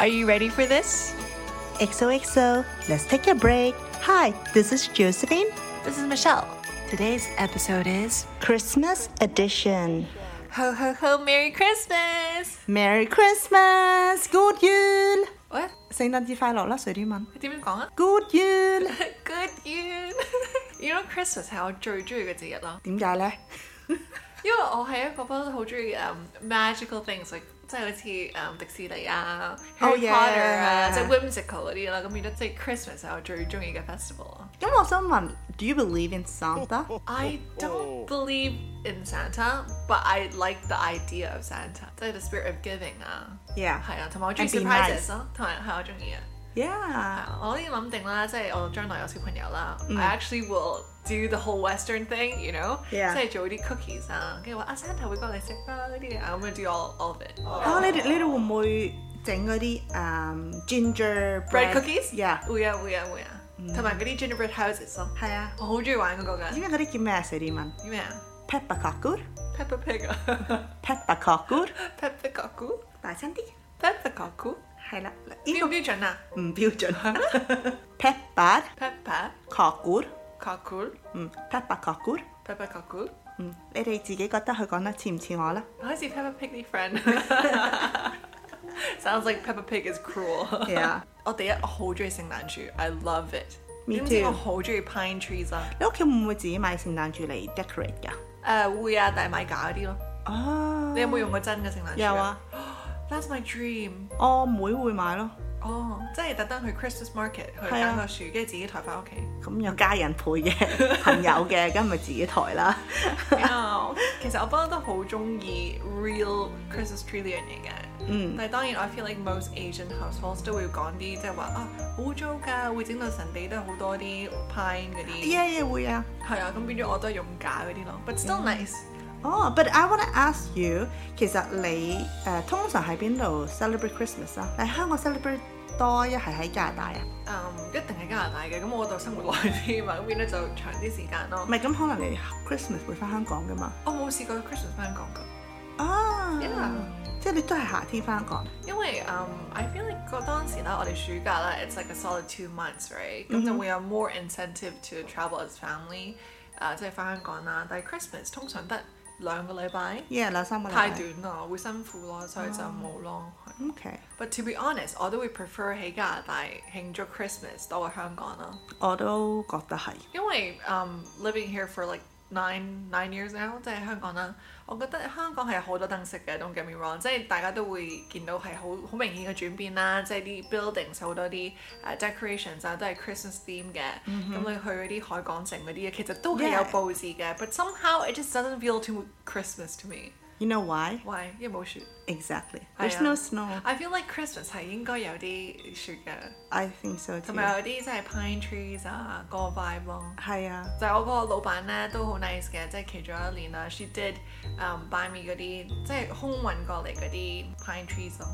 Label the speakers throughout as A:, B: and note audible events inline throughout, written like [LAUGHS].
A: Are you ready for this?
B: XOXO, let's take a break. Hi, this is Josephine,
A: This is Michelle. Today's episode is
B: Christmas edition.
A: Ho Ho Ho Merry Christmas!
B: Merry Christmas, Good Yule.
A: 喂，
B: 聖誕節快樂啦，瑞典文。
A: 點樣講啊
B: Good Yule，
A: [LAUGHS] ？Good year! [LAUGHS] You know Christmas 係我最中意嘅節日啦，
B: 點解 [LAUGHS] 呢？
A: 因為我係一個不嬲都好中意誒 um, magical things like 即係好似誒、嗯迪士尼啊、
B: Oh,
A: uh, Harry Potter 啊
B: yeah.
A: 即係 whimsical 嗰啲啦，咁變咗即係 Christmas 係我最中意嘅 festival 啊。
B: 咁我想問，Do you believe in Santa？
A: I
B: Oh.
A: don't believe in Santa, but I like the idea of Santa，即係 the spirit of giving 啊。
B: Yeah.
A: 係啊，同埋我中意
B: And be
A: surprises
B: nice.
A: 咯，同埋係我中意啊。
B: Yeah.
A: 我已經諗定啦，即係我將來有小朋友啦、i actually will do the whole Western thing，you know，、
B: Yeah.
A: 即係做啲 cookies 啊，跟住話啊 Santa 會過嚟食啦嗰啲啊，I'm gonna do all all of it。
B: 啊，你哋你哋會唔會整嗰啲誒 ginger
A: Bread cookies？
B: Um, Yeah，
A: 會啊會啊會啊，同埋嗰啲 gingerbread houses 咯，
B: 係啊。
A: 我好中意玩嗰個㗎。
B: 點解嗰啲叫咩啊？瑞典文
A: 咩啊
B: ？Pepparkakor，Pepparkakor，
A: ？Peppa Pig 啊 [LAUGHS] ，Peppa Pig
B: 大聲啲。
A: Peppa Pig
B: 係啦，呢
A: 標
B: 個
A: 唔標準啊
B: 唔標 [LAUGHS] 準。Pepparkakor，
A: ？Peppa Kakul
B: 嗯，Pepparkakor，
A: Peppa Kakul，
B: 嗯，你哋自己覺得佢講得似唔似我啦？
A: 好似 Peppa Pig 啲 friend。Sounds like Peppa Pig is cruel。Oh,
B: Yeah
A: 我第一我好中意聖誕樹，I love it。
B: Me
A: 點知
B: too
A: 我好中意 pine trees 啊？
B: 你屋企會唔會自己買聖誕樹嚟 decorate 㗎？
A: 誒會啊，但係買假嗰啲咯。
B: 哦，
A: 你有冇
B: [GASPS]
A: 用過真嘅聖誕樹？
B: 有啊，
A: [GASPS] ，That's my dream。Oh,
B: 我妹會買咯，
A: 哦，即係特登去 Christmas market 去
B: 係啊
A: 揀個樹，跟住自己抬翻屋企。
B: 咁有家人陪嘅， [LAUGHS] 朋友嘅，梗唔係自己抬啦。
A: 啊其實我不嬲都好中意 real Christmas tree 呢樣嘢嘅。
B: 嗯
A: 但係當然，I feel like most Asian households 都會講啲即係話啊好污糟㗎，會整到神地都係好多啲 pine 嗰啲。
B: [LAUGHS] Yeah, yeah, 會啊。
A: 係啊，咁變咗我都係用假嗰啲咯。But still
B: Mm
A: nice。
B: 哦、b u t I want to ask you，其實你誒、呃通常喺邊度 celebrate Christmas 啊？你喺香港 celebrate 多，一係喺加拿大啊？
A: 嗯，一定係加拿大嘅，咁我嗰度生活耐啲嘛，咁變咗就長啲時間咯
B: 唔。係咁，可能你 Christmas 會翻香港噶嘛？
A: 我冇試過 Christmas 翻港㗎，
B: 啊
A: Yeah
B: 即係你都係夏天翻香港。
A: 因為嗯，I feel like 嗰當時啦，我哋暑假啦，it's like a solid two months，right？咁就會有 more incentive to travel as family，啊，即係翻香港啦。但係 Christmas 通常得兩個禮拜，
B: Yeah，兩三個禮拜。
A: 太短啦，會辛苦咯，所以就冇咯。係
B: OK，
A: But to be honest，我都會 prefer 喺加拿大慶祝 Christmas 多過香港啦。
B: 我都覺得係。
A: 因為嗯 um, living here for like nine nine years now，即係香港啦。我覺得香港係好多燈飾嘅，don't get me wrong，即係大家都會見到係好好明顯嘅轉變啦。即係啲 buildings 好多啲誒 decorations 啊，都係 Christmas theme 嘅。咁、你去嗰啲海港城嗰啲嘢，其實都係有
B: Yeah
A: 佈置嘅。But somehow it just doesn't feel too Christmas to me。
B: You know why?
A: Why？因為冇雪。
B: Exactly.
A: 係啊
B: There's no snow.
A: I feel like Christmas 係應該有啲雪嘅，
B: I think so
A: 同
B: too.
A: 埋有啲即係 pine trees 啊，嗰個 vibe 咯。
B: 係啊。
A: 就係我嗰個老闆咧都好 nice 嘅，即係其中一年啦，she 啊 did um, buy me 嗰啲即係空運過嚟嗰啲 pine trees 咯，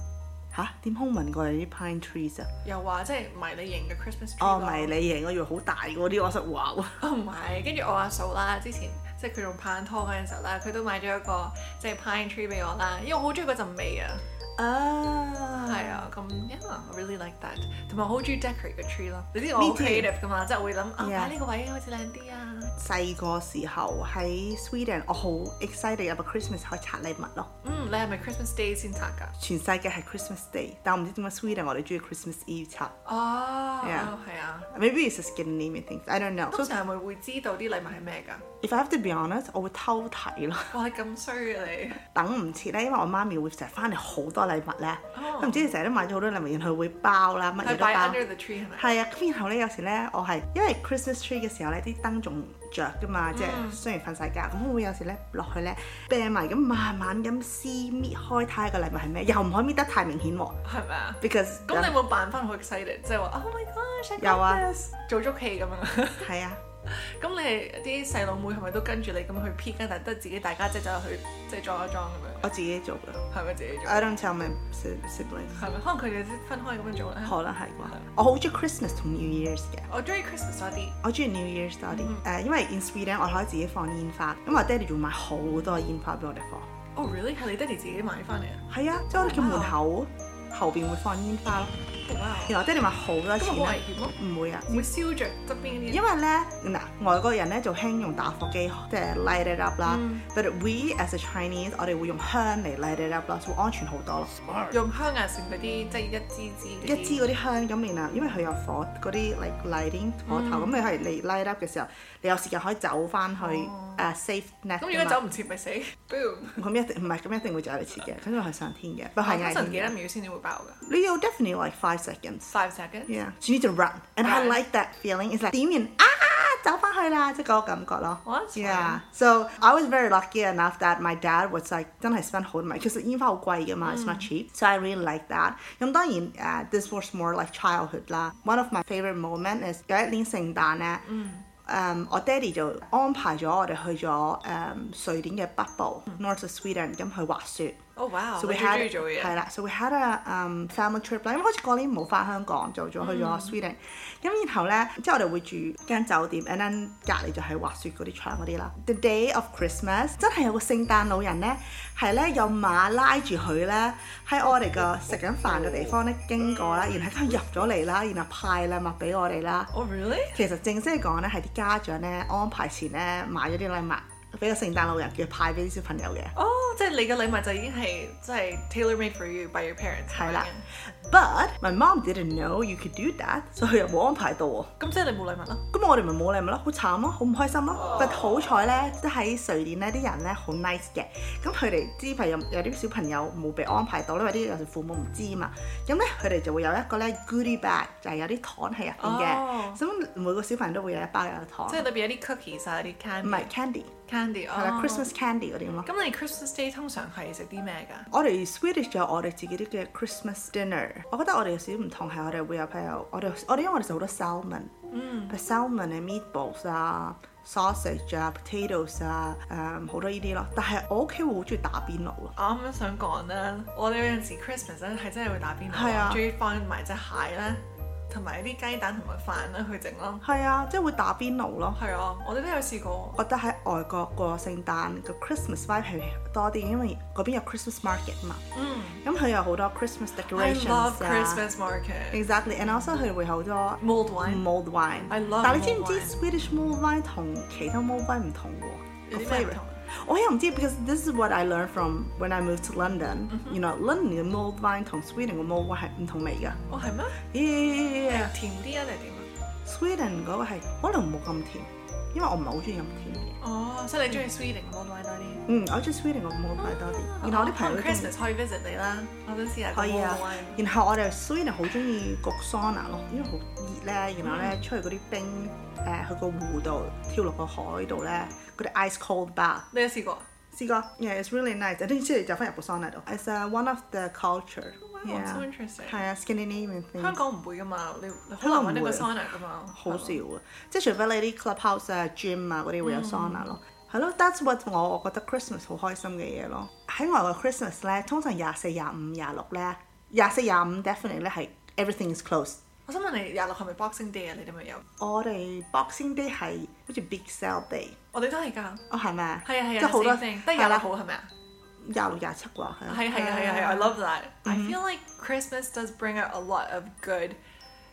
B: 吓？點空運過嚟啲 pine trees à? Ờ, 啊？
A: 又話即係迷你型嘅 Christmas tree
B: 哦，
A: 咯
B: 迷，你型，我以為好大嗰啲，我實哇哇
A: 哦 [LAUGHS] 唔係，跟住我阿嫂啦，之前即係佢仲拍緊拖嗰陣時候啦，佢都買咗一個即係 pine tree 俾我啦，因為我好中意嗰陣味啊，
B: 啊
A: 係啊，咁 yeah，I really like that，同埋我好中意 decorate 個 tree 咯，你知我好
B: Me too
A: creative 噶嘛，即係我會諗啊
B: Yeah
A: 擺呢個位好似靚啲啊，
B: 細個時候喺 Sweden，我好 excited 有個 Christmas 可以拆禮物咯。
A: 嗯，你係咪 Christmas Day 先拆㗎？
B: 全世界係 Christmas Day，但我唔知點解 Sweden 我哋中意 Christmas Eve 拆。
A: 哦，
B: Yeah
A: 係啊。
B: Maybe it's a Scandinavian thing. I don't know.
A: 通
B: So
A: 常係咪會知道啲禮物係咩㗎？
B: if I have to be honest，我會偷睇咯，
A: 哇！你咁衰嘅
B: 等唔切咧，因為我媽咪會成日翻嚟好多禮物咧。
A: 哦
B: 咁唔知你成日都買咗好多禮物，然後佢會包啦，
A: 你，
B: 乜嘢
A: 係
B: 都
A: 擺
B: 包。
A: under the tree 係咪？
B: 係啊，咁然後咧有時咧，我係因為 Christmas tree 嘅時候咧，啲燈仲着噶
A: 嗯
B: 嘛，即係雖然瞓晒覺，咁我會有時咧落去咧掟埋咁慢慢咁撕搣開睇下個禮物係咩，又唔可以搣得太明顯喎
A: 係咪啊？
B: ，because
A: 咁你有冇扮翻好 excited，即係話 Oh my God！
B: 有啊，
A: 做足戲咁樣。 [LAUGHS]
B: 係啊，
A: 咁你啲細佬妹係咪都跟住你咁去 pick 啊？但係得自己大家姐走入去即係裝一裝咁樣，
B: 我自己做㗎
A: 係咪自己做？
B: ，I don't tell my si- siblings，
A: 係咪？可能佢哋分開咁樣做咧。
B: 可能係啩，我好中意 Christmas 同 New Year's 嘅。
A: 我中意 Christmas 多啲。
B: 我中意 New Year's 多啲，誒、
A: 嗯
B: 因為 in Sweden 我可以自己放煙花，咁我爹哋仲買好多煙花俾我哋放。
A: Oh really？係你爹哋自己買翻嚟啊？
B: 係啊，即係我哋叫門口，係後邊會放煙花咯。
A: 哇！
B: 原來爹哋話好多
A: 咁咪
B: 錢
A: 好
B: 啦
A: 危，險咯，
B: 唔會啊。
A: 會燒着側邊啲
B: 因為咧嗱，外國人咧就興用打火機即係 light it up 啦、b
A: 嗯
B: u t we as a Chinese，我哋會用香嚟 light it up 啦，就會安全好多咯。
A: 用香壓線嗰啲，即係一支支嗰啲
B: 一支嗰啲香咁，然後因為佢有火嗰啲 like lighting 火頭，咁
A: 嗯
B: 你係你 light up 嘅時候，你有時間可以走翻去誒 safe net
A: 哦咁如果
B: 㗎
A: 走
B: 嘛
A: 唔切咪 [LAUGHS] 死 boom！
B: 咁一定唔係咁一定會走嚟切嘅，咁就係上天嘅，不過係
A: 通常啊幾
B: 危
A: 多
B: 險。
A: 秒先至會爆㗎
B: 你要 definitely like five seconds。
A: ？Five seconds。
B: Yeah, you need to run, and I
A: Run.
B: like that feeling. It's like 點完啊，走翻去啦，即係嗰個感覺咯。
A: Well, that's
B: yeah, so I was very lucky enough that my dad was like 真係 spend 好多 money，其實煙花好貴㗎嘛，it's not cheap. So I really like that. 咁當然誒、this was more like childhood 啦。One of my favorite moment is 有一年聖誕咧。誒、我爹哋就安排咗我哋去咗誒、瑞典嘅北部 North of Sweden 咁去滑雪。
A: Oh wow！
B: So
A: 你
B: we
A: 最
B: had
A: 中意做嘅
B: 係
A: 嘢。
B: 啦，so we had a um, family trip 啦，因為好似嗰年冇翻香港，就咗去咗 Sweden。咁然後咧，即係我哋會住間酒店，and then 隔離就係滑雪嗰啲場嗰啲啦。The day of Christmas 真係有個聖誕老人咧，係咧有馬拉住佢咧，喺我哋個食緊飯嘅地方咧經過啦，然後佢入咗嚟啦，然後派禮物俾我哋啦。
A: Oh really？
B: 其實正式嚟講咧，係啲家長咧安排前咧買咗啲禮物俾個聖誕老人，叫佢派俾啲小朋友嘅。
A: 哦，Oh, 即係你嘅禮物就已經係即係 tailor made for you by your parents
B: 係啦
A: 咁樣
B: But my mom didn't know you could do that，所以佢又冇安排到喎。
A: 咁即係你冇禮物啦。
B: 咁我哋咪冇禮物咯，好慘咯，好唔開心咯。但好彩咧，即喺瑞典咧啲人咧好 nice 嘅。咁佢哋知朋友有啲小朋友冇被安排到咧，因為啲有時父母唔知嘛。咁咧佢哋就會有一個咧 goodie bag，就係有啲糖喺入邊
A: 哦
B: 嘅。咁、每個小朋友都會有一包有糖
A: 即，係裏邊有啲 cookies 啊，有啲 candy，
B: 唔係 candy，
A: candy
B: 係啦
A: 哦。
B: Christmas candy 嗰啲咯。
A: 咁你 Christmas Day 通常係食啲咩㗎？
B: 我哋 Swedish 仲有我哋自己啲嘅 Christmas dinner。我覺得我哋有少少唔同係我哋會有譬如我哋我哋因為我哋食好多 salmon，嗯，salmon
A: Mm.
B: 嘅 meatballs 啊。sausage 啊、potatoes 啊、誒、好多呢啲咯，但係我屋企會好中意打邊爐咯。
A: 我啱啱想講咧，我哋有陣時 Christmas 咧係真係會打邊
B: 係啊
A: 爐，仲要放埋隻蟹咧，同埋啲雞蛋同埋飯咧去整咯。
B: 係啊，即係會打邊爐咯。
A: 係啊，我哋都有試過。
B: 覺得喺外國過聖誕個 Christmas vibe 係多啲，因為嗰邊有 Christmas market 嘛。嗯。咁佢有好多 Christmas
A: Mm. I
B: decorations 啊。
A: love Christmas market。
B: Exactly，and also 佢會好多
A: Mulled wine
B: Mulled wine。
A: I love
B: 但你知唔
A: mulled
B: 知
A: wine
B: Swedish mulled wine 同其他 mulled wine 唔同嘅
A: 有
B: 喎？
A: 啲
B: 個
A: 咩唔
B: flavour
A: 同？
B: 我又唔知，because this is what I learned from when I moved to London。
A: Mm-hmm.
B: 原來 London 嘅 mulled wine 同 Sweden 嘅 mulled wine 係唔同味㗎。
A: 哦，係咩？甜
B: Yeah，Sweden
A: 啲啊定係點啊？
B: 嗰個係可能冇咁甜，因為我唔係好中意飲甜嘅。
A: 哦，即係你中意 Sweden mulled wine 多啲。哦
B: 嗯，我中意 Sweden 嘅 mulled wine 多啲。然後我啲朋友都中意
A: Christmas 可以 visit 你啦，我都試下個
B: 可以啊
A: mulled wine。
B: 然後我哋 Sweden 好中意焗桑拿咯，因為好熱咧，然後
A: Ừ.
B: 咧出去嗰啲冰誒、去個湖度跳落個海度咧，嗰啲 ice cold bath
A: 你有試過啊？
B: 試過，yeah，it's really nice。跟住就翻入個桑拿度，it's、one uh, of the culture。
A: Wow, so interesting.
B: 係啊，Scandinavian things
A: 香港唔會噶嘛，你你
B: 香
A: 好
B: 港唔
A: 難揾一個
B: 會
A: sauna 噶嘛。
B: 好少啊，即係除非你啲 clubhouse 啊、gym 啊嗰
A: Ừ.
B: 啲會有桑拿咯。係咯，that's what 我我覺得 Christmas 好開心嘅嘢咯。喺外國 Christmas 咧，通常廿四、廿五、廿六咧，廿四、廿五 definitely 咧係 everything is closed。
A: 我想問你廿六係咪 Boxing Day 啊？你哋咪有？
B: 我哋 Boxing Day 係好似 Big Sale Day，
A: 我哋都係㗎。係啊
B: 哦係咪啊？
A: 係啊，
B: 即係好多
A: 得廿
B: 係
A: 六
B: 啦
A: 號係咪啊？
B: 廿六廿七啩，係啊
A: 係係係係，I love that. I
B: Mm-hmm.
A: feel like Christmas does bring out a lot of good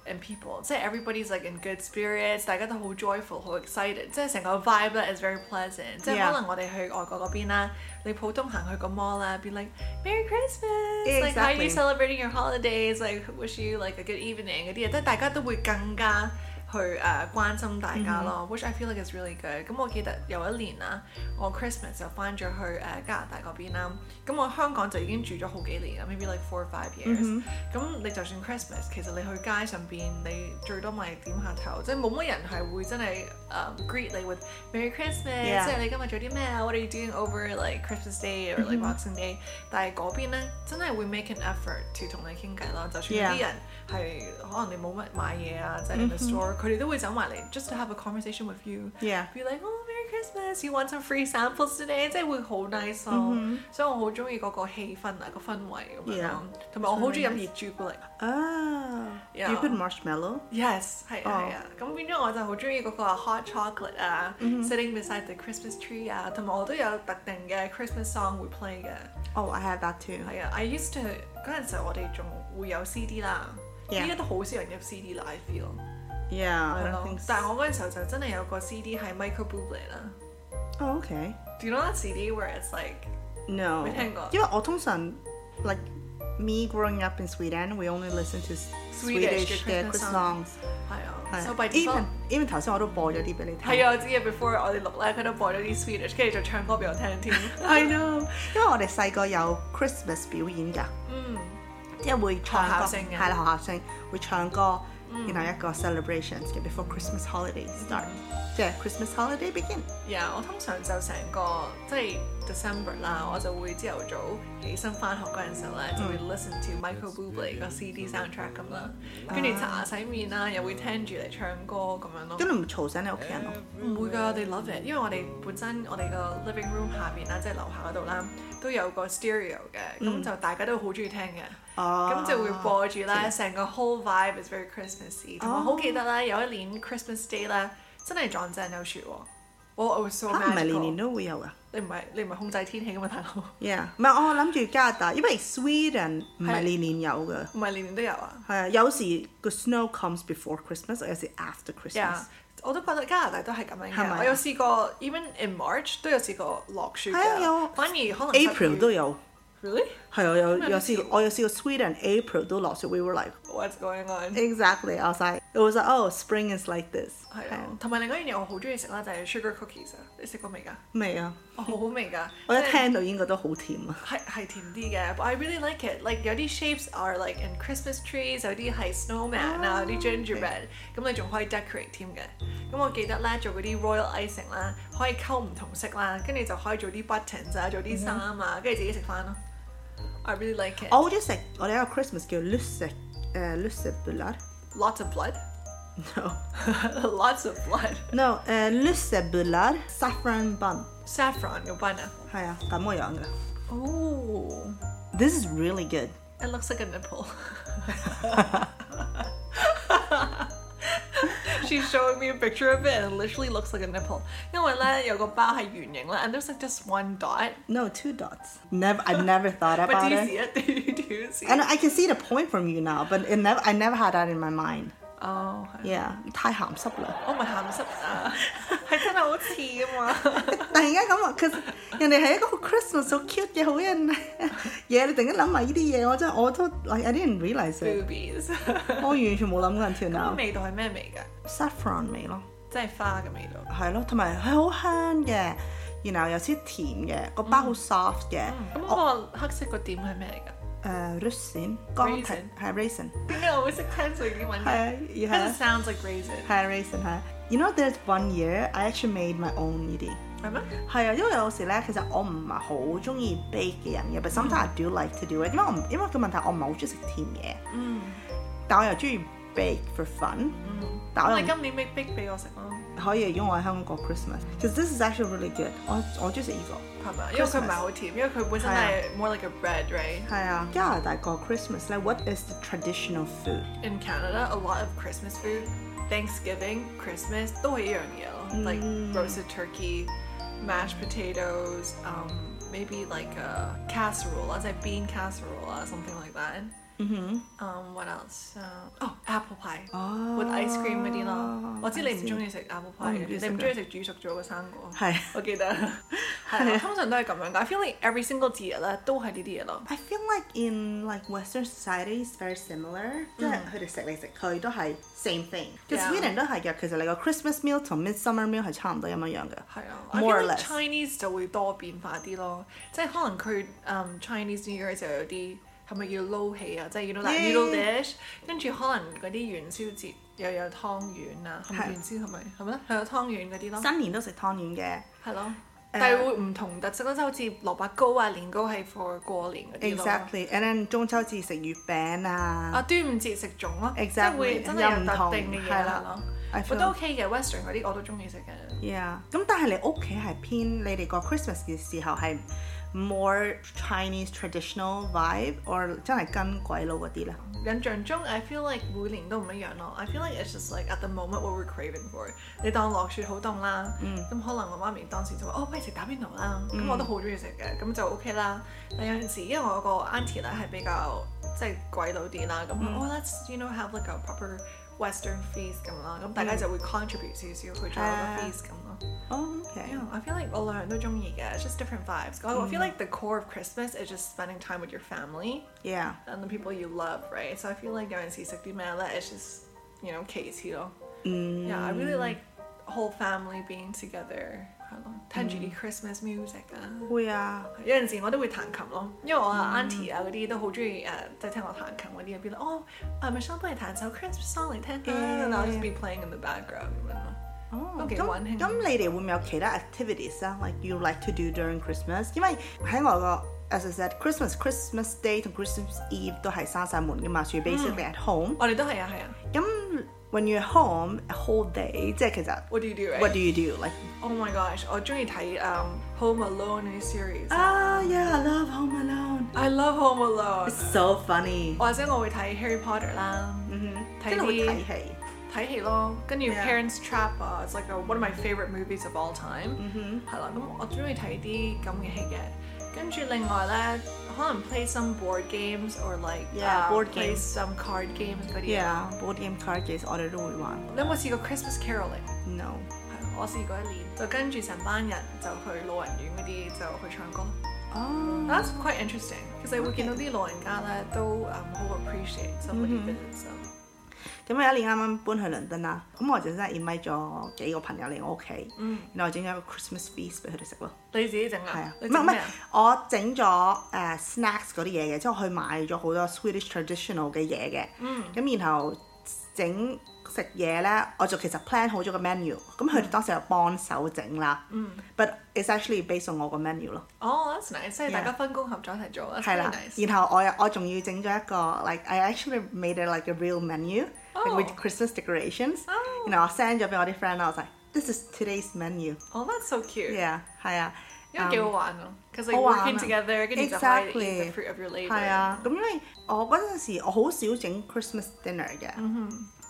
A: in people. 即係 everybody's like in good spirits，大家都好 joyful，好 excited。即係成個 vibe 咧 is very pleasant。即係
B: Yeah.
A: 可能我哋去外國嗰邊啦，你普通行去個 mall 啦，be like Merry Christmas，like how are you
B: Exactly.
A: celebrating your holidays，like wish you like a good evening 嗰啲嘢，即係大家都會更加。去誒、呃關心大家咯、w h i c h I feel like is really good。咁我記得有一年啦，我 Christmas 就翻咗去誒、呃加拿大嗰邊啦。咁我香港就已經住咗好幾年啦，maybe like four or five years、咁你就算 Christmas，其實你去街上邊，你最多咪點下頭，即係冇乜人係會真係誒、呃 à, greet 你 with Merry Christmas，、
B: Yeah
A: 即係你今日做啲咩啊？What are you doing over like Christmas Day or
B: Mm-hmm.
A: like Boxing Day？、但係嗰邊咧，真係會 make an effort to 同你傾偈咯，就算有
B: Yeah Mm-hmm.
A: 啲人。係可能你冇乜買嘢啊，即係你去 store，佢哋都會走埋嚟，just to have a conversation with you。
B: Yeah.
A: Be like, oh, Merry Merry Christmas，you want some free samples today？即係會好 nice 咯，
B: Mm-hmm.
A: 所以我好中意嗰個氣氛啊，個氛圍咁樣
B: Yeah，
A: 咯，同埋我好中意飲熱朱古力。
B: 啊
A: Yeah
B: ，you put marshmallow。
A: Yes，係啊
B: 哦
A: 係啊，咁變咗我就好中意嗰個 hot chocolate 啊，sitting
B: Mm-hmm.
A: beside the Christmas tree uh, 啊，同埋我都有特定嘅 Christmas song 會 play 嘅。
B: Oh, I had that too。
A: 係啊，I used to 嗰陣時我哋仲會有 CD 啦，依
B: Yeah
A: 家都好少人入 CD 啦，I feel。
B: Yeah, I
A: 係
B: don't
A: 咯
B: think，so.
A: 但係我嗰陣時候就真係有個 CD 係 Michael Bublé 啦。
B: Oh, okay.
A: Do you know that CD where it's like
B: No.
A: 未聽過
B: 因為我通常 like me growing up in Sweden, we only listen to
A: Swedish 嘅
B: Swedish 嘅
A: Christmas
B: Christmas songs。
A: 係啊，so uh, by
B: 係
A: default
B: even even 頭先我都播咗啲俾你聽。
A: 係啊，我知嘅。Before 我哋錄咧，佢都播咗啲 Swedish，跟住就唱歌俾我聽添。
B: [LAUGHS] I know，因為我哋細個有 Christmas 表演㗎，
A: 嗯，
B: 即係會唱
A: 學校
B: 歌，
A: 性嘅
B: 係啦，學校性會唱歌，然後一個 celebrations 嘅 before Christmas holiday start，即係 Christmas holiday begin。
A: yeah，我通常就成個即係 December 啦，我就會朝頭早起身翻學嗰陣時候咧，就會 listen to Michael Bublé 個 CD soundtrack 咁啦，跟住刷牙洗面啦，又會聽住嚟唱歌咁樣咯。
B: 咁你唔嘈醒你屋企人咯？
A: 唔會㗎，我哋 love it，因為我哋本身我哋個 living room 下邊啦，即係樓下嗰度啦，都有個 stereo 嘅，咁就大家都好中意聽嘅，
B: 哦
A: 咁就會播住啦，成個 whole vibe is very Christmassy。同埋我好記得啦，有一年 Christmas Day 咧，真係撞正有雪喎，我 was so
B: 嚇唔係年年
A: magical。
B: 都會有㗎
A: 你唔係你唔係控制天氣㗎嘛，大佬？
B: ？Yeah，唔係我諗住加拿大，因為 Sweden 唔係年年有㗎。
A: 唔係年年都有啊。
B: 係啊，有時個 snow comes before Christmas，有時 after
A: Yeah，
B: Christmas。
A: 我都覺得加拿大都係咁樣
B: 係咪
A: 嘅。
B: 啊
A: 我有試過，even in March 都有試過落雪
B: 係啊
A: 㗎
B: 有，
A: 反而可能
B: April 都有，
A: Really？
B: 係啊，有
A: 咩
B: 有試過，我有試過 Sweden April 都落雪，we were like。
A: What's going on？
B: Exactly, I was like, it was like, oh, spring is like this.
A: 係啊，同埋另一樣嘢我好中意食啦，就係 sugar cookies 啊！你食過未㗎？
B: 未啊？
A: 哦，好好味㗎！
B: 我一
A: 即係
B: 聽到應該都好甜
A: [LAUGHS]
B: 啊。
A: 係係甜啲嘅，but I really like it。Like 有啲 shapes are like in Christmas trees，有啲係 snowman 啊，有啲 gingerbread，咁你仲可以 decorate 添嘅。咁我記得咧做嗰啲 royal icing 啦，可以溝唔同色啦，跟住就可以做啲 buttons 啊，做啲衫啊，跟住自己食翻咯。I really like it。
B: 我好中意食我哋一個 oh, Christmas uh, 叫 Lusse 誒 Lusse [LAUGHS] Bullar，no
A: Lots of [LAUGHS] blood，lots of blood。
B: no 誒 Lusse Bullar saffron bun
A: Saffron 嘅 bun 啊，
B: 係啊咁個樣嘅。
A: 哦
B: This is really good。
A: ，it looks like a nipple。She's showing me a picture of it and it literally looks like a nipple. 因為咧有個包係圓形啦，and there's like just one dot。
B: No two dots. Never I
A: [LAUGHS]
B: never thought
A: But
B: about
A: do you
B: it.
A: see it? [LAUGHS] Do you do you see? it?
B: And I can see the point from you now, but it never I never had that in my mind.
A: 哦，係
B: Yeah，太鹹濕啦。
A: 我唔係鹹濕 [LAUGHS] 啊，係真係好似啊嘛。
B: 突然間咁話，其實人哋係一個好 Christmas 好 cute 嘅好 [LAUGHS] 人嘢，你突然間諗埋呢啲嘢，我真係我都 like I didn't realize it，
A: Boobies， [LAUGHS]
B: 我完全冇諗過 until
A: 個
B: now。
A: 味道係咩味㗎？
B: saffron 味咯，
A: 即係花嘅味道。
B: 係咯，同埋佢好香嘅，然後有啲甜嘅，個包好 soft Ờ, 嘅。
A: 咁嗰個黑色個點係咩嚟㗎？
B: 誒 raisin 剛提
A: Raisin
B: 係 raisin，
A: 點解我會識聽瑞典文嘅
B: 係啊，而係
A: It sounds like raisin，
B: 係 raisin 係。You know there's one year I actually made my own 呢啲。
A: 係咩？
B: 係啊，因為有時咧，其實我唔係好中意 bake 嘅人嘅，but sometimes I do like to do it。因為我唔因為個問題，我唔係好中意食甜嘢。嗯。但我又中意 bake for fun。嗯。但我
A: 咁你
B: 又唔
A: 今年 make big 俾我食咯，
B: 可以用我喺香港過 Christmas。其實 this is actually really good 我。我中意食呢個。
A: 係咪？因為佢唔係好甜，因為佢本身係 more like a bread right。
B: 係啊，加拿大過 Christmas 咧，what is the traditional food？
A: In Canada, a lot of Christmas food, Thanksgiving, Christmas 都係一樣嘢咯，like
B: Mm.
A: roasted turkey, mashed potatoes, um, maybe like a casserole 啦，即係 bean casserole 啦，something like that.
B: Mm-hmm.
A: Um, what else? Uh, oh, apple pie with ice cream 嗰啲咯。我知你
B: Oh, I
A: 唔
B: see Oh,
A: 中意食 apple
B: 我
A: pie
B: 唔中意
A: 嘅，
B: 食
A: 你唔
B: 㗎
A: 中意食煮熟咗嘅生果。
B: 係
A: 我記得。[LAUGHS]
B: [LAUGHS]
A: 係啊，通常都係咁樣㗎。I feel like every single 節日咧都係呢啲嘢咯。
B: I feel like in like Western society is very similar，即係佢哋食嚟食去都係 same thing。其實
A: Yeah.
B: Sweden 都係嘅，其實你個 Christmas meal 同 Midsummer meal 係差唔多一模一樣嘅。
A: 係啊
B: More
A: ，more
B: or
A: or
B: less
A: Chinese 就會多變化啲咯，即係可能佢嗯 Chinese New Year 就有啲係咪叫撈起啊，即係 you know that
B: Yeah.
A: noodle dish，跟住可能嗰啲元宵節又有湯圓啊，係咪
B: 係
A: 元宵係咪係咪咧？係有湯圓嗰啲咯，
B: 新年都食湯圓嘅，
A: 係咯，
B: 誒、
A: 但係會唔同特色咯，即係好似蘿蔔糕啊、年糕係 for 過年嗰啲咯。
B: Exactly，and then 中秋節食月餅
A: 啊，
B: 啊
A: 端午節食粽咯，即
B: Exactly，
A: 係會真係
B: 又
A: 有
B: 唔
A: 特
B: 同
A: 定嘅嘢
B: 係
A: 係
B: 啦
A: 咯。
B: I
A: 我
B: feel-
A: 都 OK 嘅，Western 嗰啲我都中意食嘅。
B: Yeah，咁但係你屋企係偏你哋個 Christmas 嘅時候係 more Chinese traditional vibe，or 真係跟鬼佬嗰啲咧？
A: 印象中，I feel like 每年都唔一樣咯。I feel like it's just like at the moment what we're craving for。你當落雪好凍啦，咁、可能我媽咪當時就話：哦，不如食打邊爐啦。咁、我都好中意食嘅，咁就 OK 啦。但有陣時，因為我個 auntie 咧係比較即係鬼佬啲啦，咁、哦，let's you know have like a proper Western feast 咁啦，咁大家就會 contribute 少少去做一
B: 啊
A: 個 feast 咁咯。
B: 哦，OK，
A: Yeah, I feel like 我兩樣都中意嘅，it's just different vibes. I feel like the core of Christmas is just spending time with your family
B: yeah。
A: and the people you love, right? So I feel like 有陣時食啲咩咧，it's just you know 其次咯。Yeah, I
B: Mm.
A: really like whole family being together. 係咯，聽住
B: Mm.
A: 啲 Christmas music Ah, 啊。
B: 會啊，
A: 有陣時我都會彈琴咯，因為我
B: Mm.
A: 阿 uh, auntie 啊嗰啲都好中意誒，即係聽我彈琴嗰啲，邊度哦，誒 "Oh, uh, Michelle 幫你彈首 Christmas song 嚟聽啦，and I'll just be playing in the background 咁樣咯。
B: 哦，
A: 都幾
B: 咁
A: 溫馨
B: 咁你哋會唔會有其他 activities 啊？Like you like to do during Christmas？因為喺外國，as I said Christmas、Christmas Day 同 Christmas Eve 都係閂晒門噶嘛，所以 basically at home。
A: 我哋都係啊，係啊。
B: 咁 when you're at home a whole day，即係其實
A: What do you do? right?
B: what do you do？Like
A: Oh my gosh，我中意睇嗯 Home Alone 嗰啲 series 啊。
B: ah yeah，I love Home Alone。
A: I love Home Alone，
B: So funny，
A: 或者我會睇 Harry Potter 啦，睇
B: 真係會
A: 啲
B: 睇戲。
A: 睇戲咯，跟住
B: Yeah
A: Parents Trap 啊，it's like a- one of my favorite movies of all time，係啦，咁我中意睇啲咁嘅戲嘅。跟住另外咧，可能 play some board games or like
B: Yeah，
A: uh,
B: board
A: play
B: games
A: some card games 嗰啲啊。
B: Yeah，board game card games 我哋都會玩。
A: 你有冇試過 Christmas caroling？
B: No，
A: 係我試過一年，就跟住成班人就去老人院嗰啲就去唱歌。
B: 哦
A: That's quite interesting，其實會見到啲老人家咧都誒好 appreciate somebody visits them。
B: 咁有一年啱啱搬去倫敦啦，咁我就真係 invite 咗幾個朋友嚟我屋企，然後我整咗一個 Christmas feast 俾佢哋食咯，
A: 你自己整
B: 係
A: 啊
B: 啊？，唔
A: 你
B: 係
A: 整
B: 唔
A: 咩
B: 係
A: 啊？，
B: 我整咗誒 snacks 嗰啲嘢嘅，即係我去買咗好多 Swedish traditional 嘅嘢嘅，咁然後整食嘢咧，我就其實 plan 好咗個 menu，咁佢哋當時就幫手整啦，but it's actually based on 我個 menu 咯。
A: 哦，that's nice，即係
B: Yeah
A: 大家分工合作一齊做，that's
B: 係
A: very
B: 啦
A: nice。
B: 然後我又我仲要整咗一個，like I actually made it like a real menu、
A: Oh.
B: like with Christmas decorations、
A: Oh.
B: 然後我 send 咗俾我啲 friend 啦，我就 this is today's menu。
A: 哦，that's so cute，
B: Yeah，係啊，Um，
A: 因為幾好玩咯，cause like
B: 好玩啊
A: working together，跟住就可以 eat
B: Exactly
A: the fruit of your labour。
B: 係啊。咁因為我嗰陣時我好少整 Christmas dinner 嘅，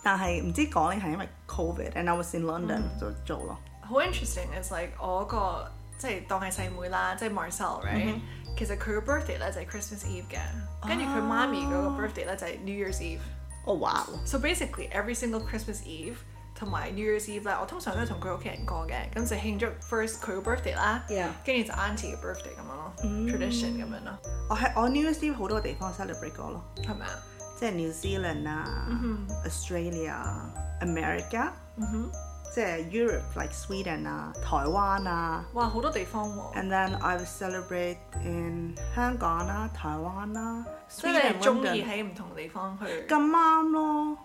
B: 但係唔知講咧係因為 COVID，and I was in London 就做咯。
A: 好 interesting is like 我個即係當係細妹啦，即係 Marcel，right？其
B: Mm-hmm。
A: 實佢個 birthday 咧就係 Christmas Eve 嘅，跟住佢媽咪嗰個 birthday 咧就係 New Year's Eve。
B: 哦哇，
A: So basically every single Christmas Eve 同埋 New Year's Eve 啦，我通常都係同佢屋企人過嘅，咁就慶祝 first 佢個 birthday 啦
B: Yeah，
A: 跟住就 auntie 嘅 birthday 咁樣咯，tradition 咁樣咯，
B: 我喺我 New Year's Eve 好多地方 celebrate 過咯，
A: 係咪啊？
B: 即係 New Zealand 啊、Australia、America，即係 Europe like Sweden 啊、台灣啊。
A: 哇，好多地方喎，
B: And then I will celebrate in 香港啦、台灣啦、
A: 所以你係
B: Sweden
A: 中意
B: London
A: 喺唔同地方去。
B: 咁啱咯，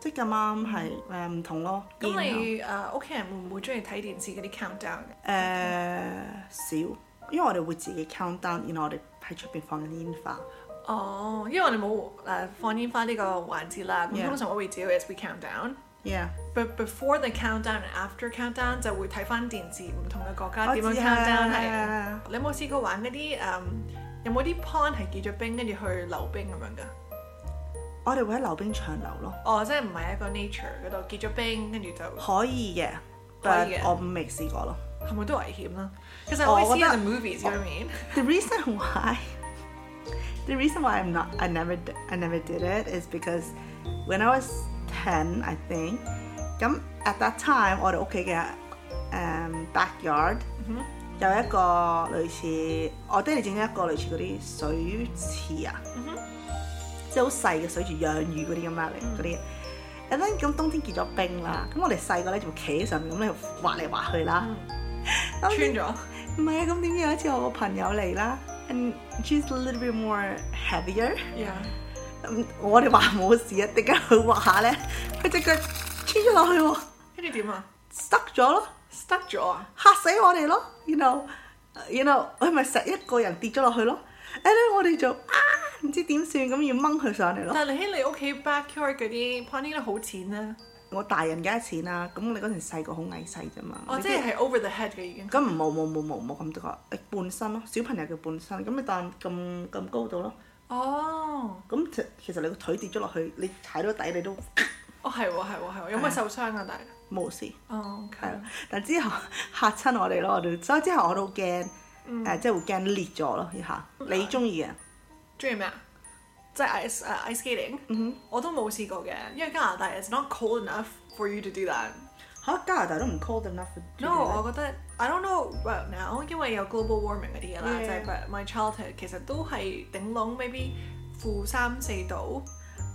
B: 即係咁啱係誒唔同咯。
A: 咁
B: 然後
A: 你誒屋企人會唔會中意睇電視嗰啲 countdown 嘅？
B: 啊誒少，因為我哋會自己 count down，然後我哋喺出邊放緊煙花。
A: 哦，因為我哋冇誒放煙花呢個環節啦，咁
B: Yeah
A: 通常我會 do is we count down。
B: Yeah，
A: But before the countdown and after countdown 就會睇翻電視唔同嘅國家
B: 我
A: 點樣
B: 哦知
A: countdown 係
B: 啊。
A: 你有冇試過玩嗰啲誒？有冇啲 pond 係結咗冰跟住去溜冰咁樣㗎？
B: 我哋會喺溜冰場溜咯，
A: 哦，即係唔係一個 nature 嗰度結咗冰跟住就
B: 可以嘅，
A: 可
B: 但
A: 以嘅
B: 我未試過咯。
A: 係咪都危險啦？其實
B: 哦我
A: 我 see
B: 覺
A: in
B: 得
A: the movies，you know what I mean？
B: The reason [LAUGHS] why the reason why I'm not I never d- I never did it is because when I was ten I think 咁 at that time 我哋屋企嘅誒 um, backyard 有一個類似我爹哋整咗一個類似嗰啲水池啊，即係好細嘅水池養魚嗰啲咁啊嚟嗰啲。And then 咁冬天結咗冰啦，咁我哋細個咧就企喺上面咁咧滑嚟滑去啦。 [LAUGHS] 當
A: 穿咗。
B: 唔係啊，咁點知有一次我個朋友嚟啦，and she's a little bit more heavier，
A: Yeah。
B: 嗯我哋話冇事啊，點解佢話咧？佢只腳穿咗落去喎
A: 跟住點啊
B: ，stuck 咗咯
A: stuck 咗啊！
B: 嚇死我哋咯，you know，you know，佢咪成一個人跌咗落去咯，誒咧我哋就啊唔知點算，咁要掹佢上嚟咯。
A: 但係你喺你屋企 backyard 嗰啲 planting 都好淺啊！
B: 我大人梗係錢啦，咁你嗰陣細個好矮細啫嘛。
A: 哦，
B: 你
A: 即
B: 啲
A: 係係 Oh, over the head 嘅已經。
B: 咁唔冇冇冇冇冇咁多個，誒半身咯，小朋友嘅半身，咁你當咁咁高度咯，
A: 哦，
B: 咁其其實你個腿跌咗落去，你踩到底你都 [LAUGHS]
A: 哦係喎係喎係喎，有冇受傷啊？大家？
B: 冇事，
A: 哦，OK，
B: 係啦。但之後 [LAUGHS] 嚇親我哋咯，我哋所以之後我都好驚，誒、
A: 嗯
B: 即係會驚裂咗咯一下。你中意嘅，
A: 中意咩啊？即係 ice 誒 ice skating，、我都冇試過嘅，因為加拿大 it's not cold enough for you to do that。
B: 嚇加拿大都唔 cold enough for you
A: No，
B: 咧
A: 我覺得 I don't know about now，因為有 global warming 嗰啲嘢啦，
B: Yeah.
A: 就係 but my childhood 其實都係頂籠 maybe 負三四度，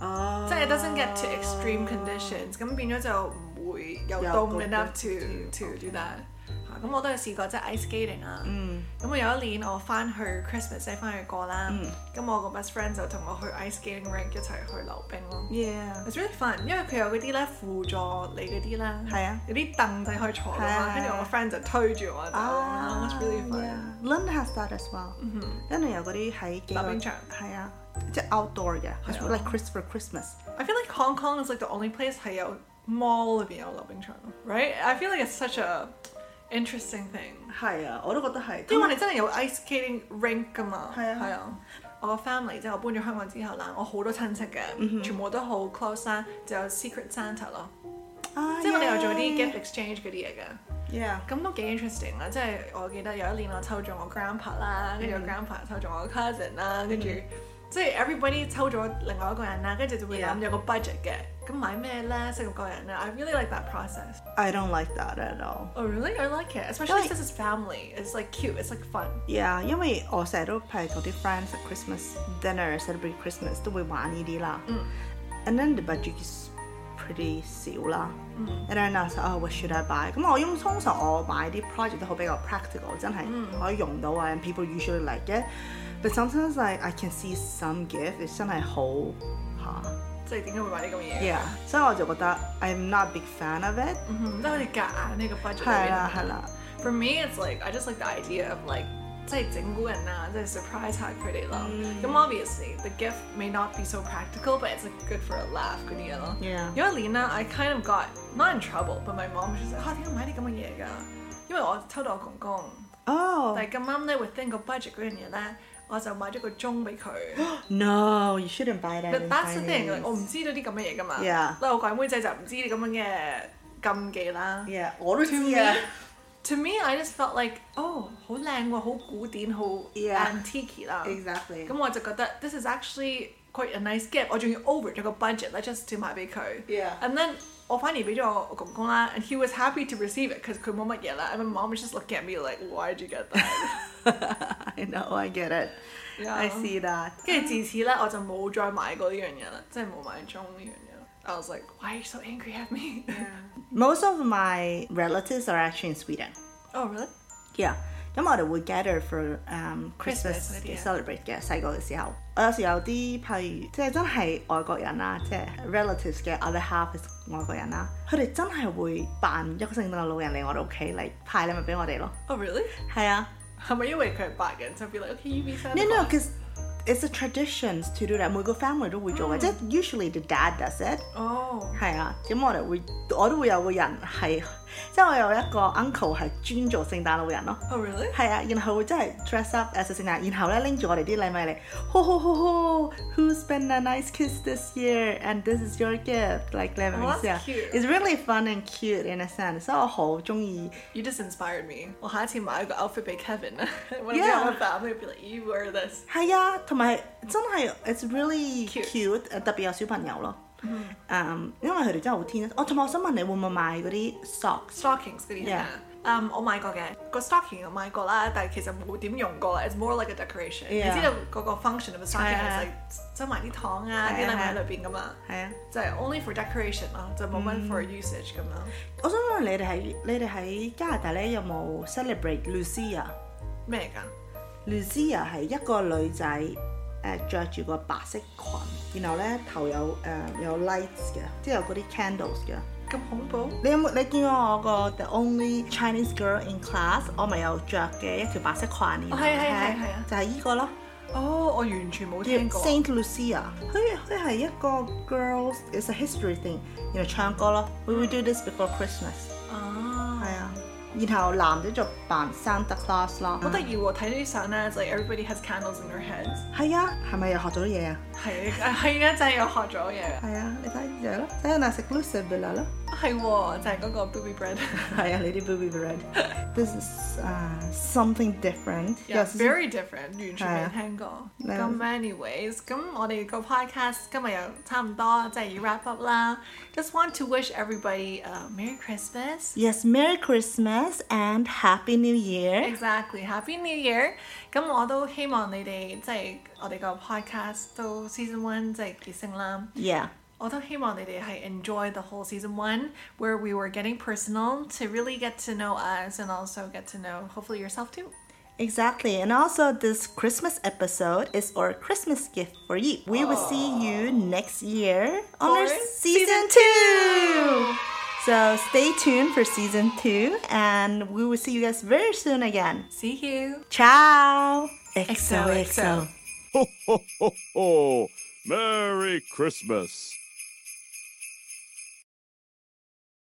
B: 哦
A: 即係 it doesn't get to extreme conditions，咁變咗就唔會有
B: 有
A: dome
B: good
A: enough
B: good
A: to to do that。嚇咁我都有試過即係 ice skating 啊。
B: 嗯
A: 咁我有一年我翻去 Christmas 即係翻去過啦，咁我個 best friend 就同我去 ice skating rink 一齊去溜冰咯。
B: ，yeah，
A: It's really fun，因為佢有嗰啲咧輔助你嗰啲啦，
B: 係啊
A: 有啲凳仔可以坐噶
B: 係
A: 嘛，
B: 啊
A: 跟住我個 friend 就推住我走啦
B: 啊
A: It's Oh， really fun。
B: ，London has that as well，跟住有嗰啲喺幾個
A: 溜冰場
B: 係啊，即係 outdoor 嘅
A: 係啊
B: ，like Chris for Christmas。
A: I feel like Hong Kong is like the only place 係有 mall 裏邊有溜冰場，right？I feel like it's such a interesting thing，
B: 係啊，我都覺得係。
A: 因為我哋真係有 ice skating rink 噶嘛，
B: 係啊
A: 係啊。我個 family 即係我搬咗香港之後啦，我好多親戚嘅，全部都好 close 啦，就有 secret Santa 咯，
B: 啊
A: 即係我哋又做啲
B: yeah
A: gift exchange 嗰啲嘢嘅。
B: Yeah，
A: 咁都幾 interesting 啦，即係我記得有一年我抽中我 grandpa 啦，跟住我 grandpa 抽中我 cousin 啦，跟住即係 everybody 抽咗另外一個人啦，跟住就會
B: Yeah.
A: 諗有個 budget 嘅，咁買咩咧？適合個人咧？I really like that process.
B: I don't like that at all。
A: Oh really? I like it, especially since it's family. It's like cute. It's like fun.
B: Yeah，因為我成日都譬如同啲 friends at Christmas dinner celebrate Christmas 都會玩呢啲啦。And then the budget is pretty 少啦。And then I said, oh, what should I buy？咁我因為通常我買啲 project 都好比較 practical，真係可以用到啊。And people usually like it。But sometimes like I can see some gift，真係好嚇。
A: 即係點解會買呢咁嘢？
B: Yeah，所以我就覺得 I'm not big fan of it。
A: 嗯，即係好似夾硬呢個 budget 裏邊
B: 係啦，係啦。
A: For me, it's like I just like the idea of like 即係整蠱人啊，即係 surprise 下佢哋咯。
B: Mm.
A: 咁、obviously the gift may not be so practical, but it's like good for a laugh 嗰啲嘢咯。
B: Yeah.
A: 有一年啦，I kind of got not in trouble, but my mom was just like "Oh, 嚇點解買啲咁嘅嘢㗎？因為我抽到我公公，
B: Oh
A: 但係咁啱咧 within 個 budget 嗰樣嘢咧，我就買咗個鐘俾
B: [GASPS]
A: 佢。
B: no, you shouldn't buy that.
A: But
B: in
A: that's the thing，oh,
B: Chinese.
A: 我唔知道啲咁嘅嘢㗎嘛。
B: Yeah.
A: 嗱，我鬼妹仔就唔知啲咁樣嘅禁忌啦。
B: Yeah，我都
A: To
B: 知
A: me, [LAUGHS]
B: 啊。
A: to me, I just felt like, oh, 好靚喎，好古典，好
B: Yeah.
A: antique 啦。
B: Exactly。
A: 咁我就覺得 this is actually quite a nice gift，我仲要 over 咗個 budget 咧，just to 買俾佢。
B: Yeah.
A: And then 我反而俾咗我公公啦，and he was happy to receive it，cause 佢冇乜嘢啦。And my mom was just looking at me like, why did you get that？
B: [LAUGHS] I know, I get it.
A: Yeah.
B: I see that.
A: 跟住自此咧，我就冇再買過呢樣嘢啦，即係冇買鐘呢樣嘢啦。I was like, why are you so angry at me?
B: Most of my relatives are actually in Sweden.
A: [LAUGHS] oh, really?
B: Yeah. 咁我哋會 gather for um,
A: Christmas
B: Christmas
A: 嗰啲啊
B: celebrate 嘅細個嘅時候，我有時有啲譬如即係真係外國人啦，即係 relatives 嘅 other half is 外國人啦，佢哋真係會扮一個聖誕老人嚟我哋屋企嚟派禮物俾我哋咯。
A: Oh, really?
B: 係啊。
A: 係咪因為佢係白人就 be like, okay, you be Santa?
B: No,
A: Claus."
B: no, because it's a tradition to do that. 每個 family 都會做嘅，即係 usually the dad does it.
A: Oh.
B: 係啊，咁我哋會，我都會有個人係，即係我有一個 uncle 係專做聖誕老人咯。
A: Oh, really?
B: 係啊，然後會真係 dress up as a 聖誕，然後咧拎住我哋啲禮物嚟，ho ho ho ho，who's been a nice kiss this year and this is your gift，like 你明唔明意思啊
A: Oh, that's cute.
B: ？It's really fun and cute in a sense，所以我好中意。
A: You just inspired me. 我下一次買一個 outfit 俾 Kevin 啦。When
B: Yeah.
A: I'm with family, I'll be like, you wear this.
B: 係啊，同埋真係 it's really
A: Cute
B: cute，誒特別有小朋友咯。嗯，因為佢哋真係好天真。哦我同埋我想問你會唔會買嗰啲 socks？
A: Stockings 嗰啲嘢
B: Yeah.
A: 啊。嗯，我買過嘅，個 stocking 我買過啦，但係其實冇點用過啦。It's more like a decoration。你
B: Yeah.
A: 知道嗰個 function of a stocking
B: 係啊
A: 係收埋啲糖啊，
B: 係
A: 啲禮
B: 啊
A: 物
B: 係啊
A: 喺裏邊噶嘛。
B: 係啊。
A: 就係 only for decoration 咯，就冇乜 for usage 咁樣。
B: 我想問你哋喺你哋喺加拿大咧有冇 celebrate Lucia？Lucia
A: 咩㗎？
B: 係一個女仔誒著住個白色裙，然後咧頭有誒、呃有 lights 嘅，即係有嗰啲 candles 嘅，
A: 咁恐怖？
B: 你有冇你見過我個 The Only Chinese Girl in Class？我咪有着嘅一條白色跨鏈，
A: 哦係係係係啊
B: 就係依個咯，
A: 哦，我完全冇
B: 叫
A: 聽過。
B: Saint Lucia。佢佢係一個 girls is a history thing，然後唱歌咯。We will do this before Christmas。
A: 啊，
B: 係啊，然後男仔就扮 Santa Claus 啦。
A: 好得意喎！睇呢啲相咧，就係 everybody has candles in their heads。
B: 係啊，係咪又學咗嘢啊？
A: 係啊，係啊，就係有學咗嘢啊。
B: 係啊，你睇呢隻咯，睇下嗱食 Lucibella [LAUGHS] 咯。
A: 係喎，就係嗰個 booby
B: [LAUGHS]
A: bread。
B: 係啊，你啲 booby bread。This is 啊 something different。
A: Yeah,
B: 少少
A: very different，完全
B: 係
A: 未
B: 啊
A: 聽過。
B: 你
A: 咁 anyways，咁我哋個 podcast 今日又差唔多，即係要 wrap up 啦。Just want to wish everybody a Merry Christmas。
B: Yes, Merry Christmas and Happy New Year.
A: Exactly, Happy New Year！咁我都希望你哋即係我哋個 podcast 都 season one 即係結聲啦。
B: Yeah.
A: 我都希望你哋係 enjoy the whole season one where we were getting personal to really get to know us and also get to know hopefully yourself too.
B: Exactly. And also, this Christmas episode is our Christmas gift for you. We will see you next year on our
A: For
B: season two. So stay tuned for season two, and we will see you guys very soon again.
A: See you!
B: Ciao.
A: XOXO.
C: ho, ho, ho. Merry Christmas.